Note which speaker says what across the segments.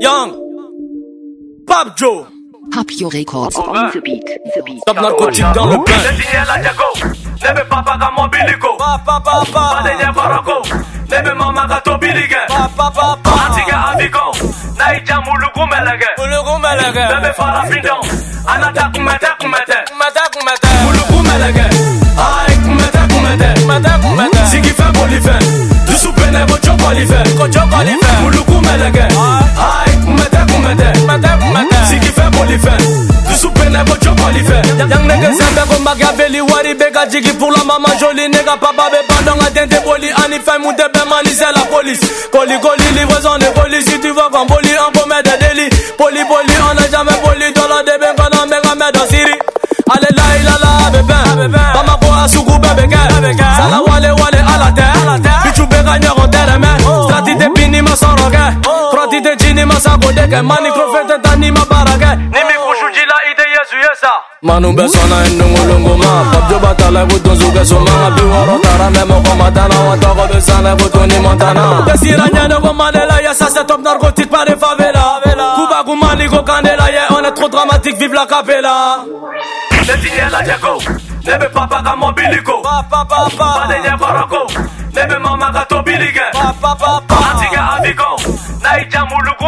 Speaker 1: Young Pop Joe
Speaker 2: Pop your records
Speaker 3: On
Speaker 2: on
Speaker 3: va.
Speaker 2: the beat. The beat.
Speaker 1: Top narcotique dans le bain Pa pa pa pa Pa pa pa pa Ulugu melege Kumete kumete Kumete kumete Kochokolifé Ah. Kumete kumete Yang nigga sembe komba gaveli wari beka jigi pour la maman jolie nigga papa be bandong a dente boli ani fai mu de ben mani c'est la police Coli coli livraison de colis si tu veux qu'on poli on commet des délits Poli poli on n'a jamais poli dollar de ben quand on mega met dans Syrie Allez là il a la bébé Bamako a soukou bébé Sala wale wale à la terre Pichu beka nyoron tereme Strati de pini ma sans roquet Frati de gini ma sans kodeke Mani crofete tani ma barake manu bɛ sɔnna ye nongolongo ma pabjo b'a ta la ko donso kɛ so man ka bi wɔɔrɔ taara mɛ mɔgɔ ma tan na wa tɔgɔ bɛ san la ko toni montana desira ɲɛne ko mandela ye ça c'est top narcotique pas de favela kuba kun mali ko kandela ye on est trop dramatique vive la capella pa pa pa pa pa pa pa pa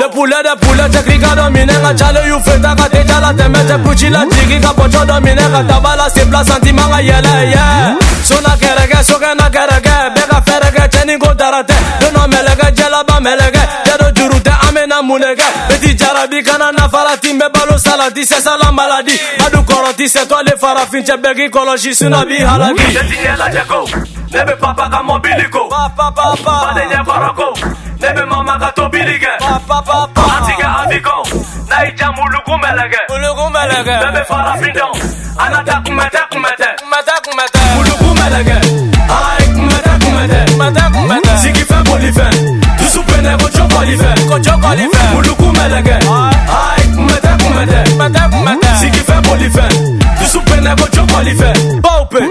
Speaker 1: Le poulet de poulet te krika domine Nga chale you feta ka te chala te mete Puchi la jiki ka pocho domine Ka tabala si pla santima nga yele yeah Suna kerege soke na kerege Beka ferege cheni ko darate Dono melege jela ba melege Jado jurute amena munege Petit jarabi kana na farati Mbe balo salati c'est ça la maladie Badu koroti c'est toi les farafin Che begi koloshi sunabi halagi Pa pa pa pa Pa pa pa pa Ulugu melege Kumete kumete Kumete kumete Kocho kolife Kumete kumete Paupe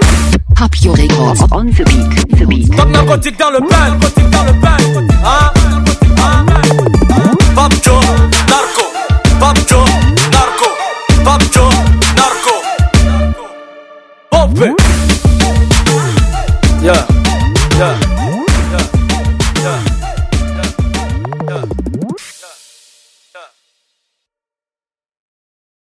Speaker 2: Pop your records on the beat. The beat.
Speaker 1: Top narcotique dans le pain Narcotique dans le pain Hein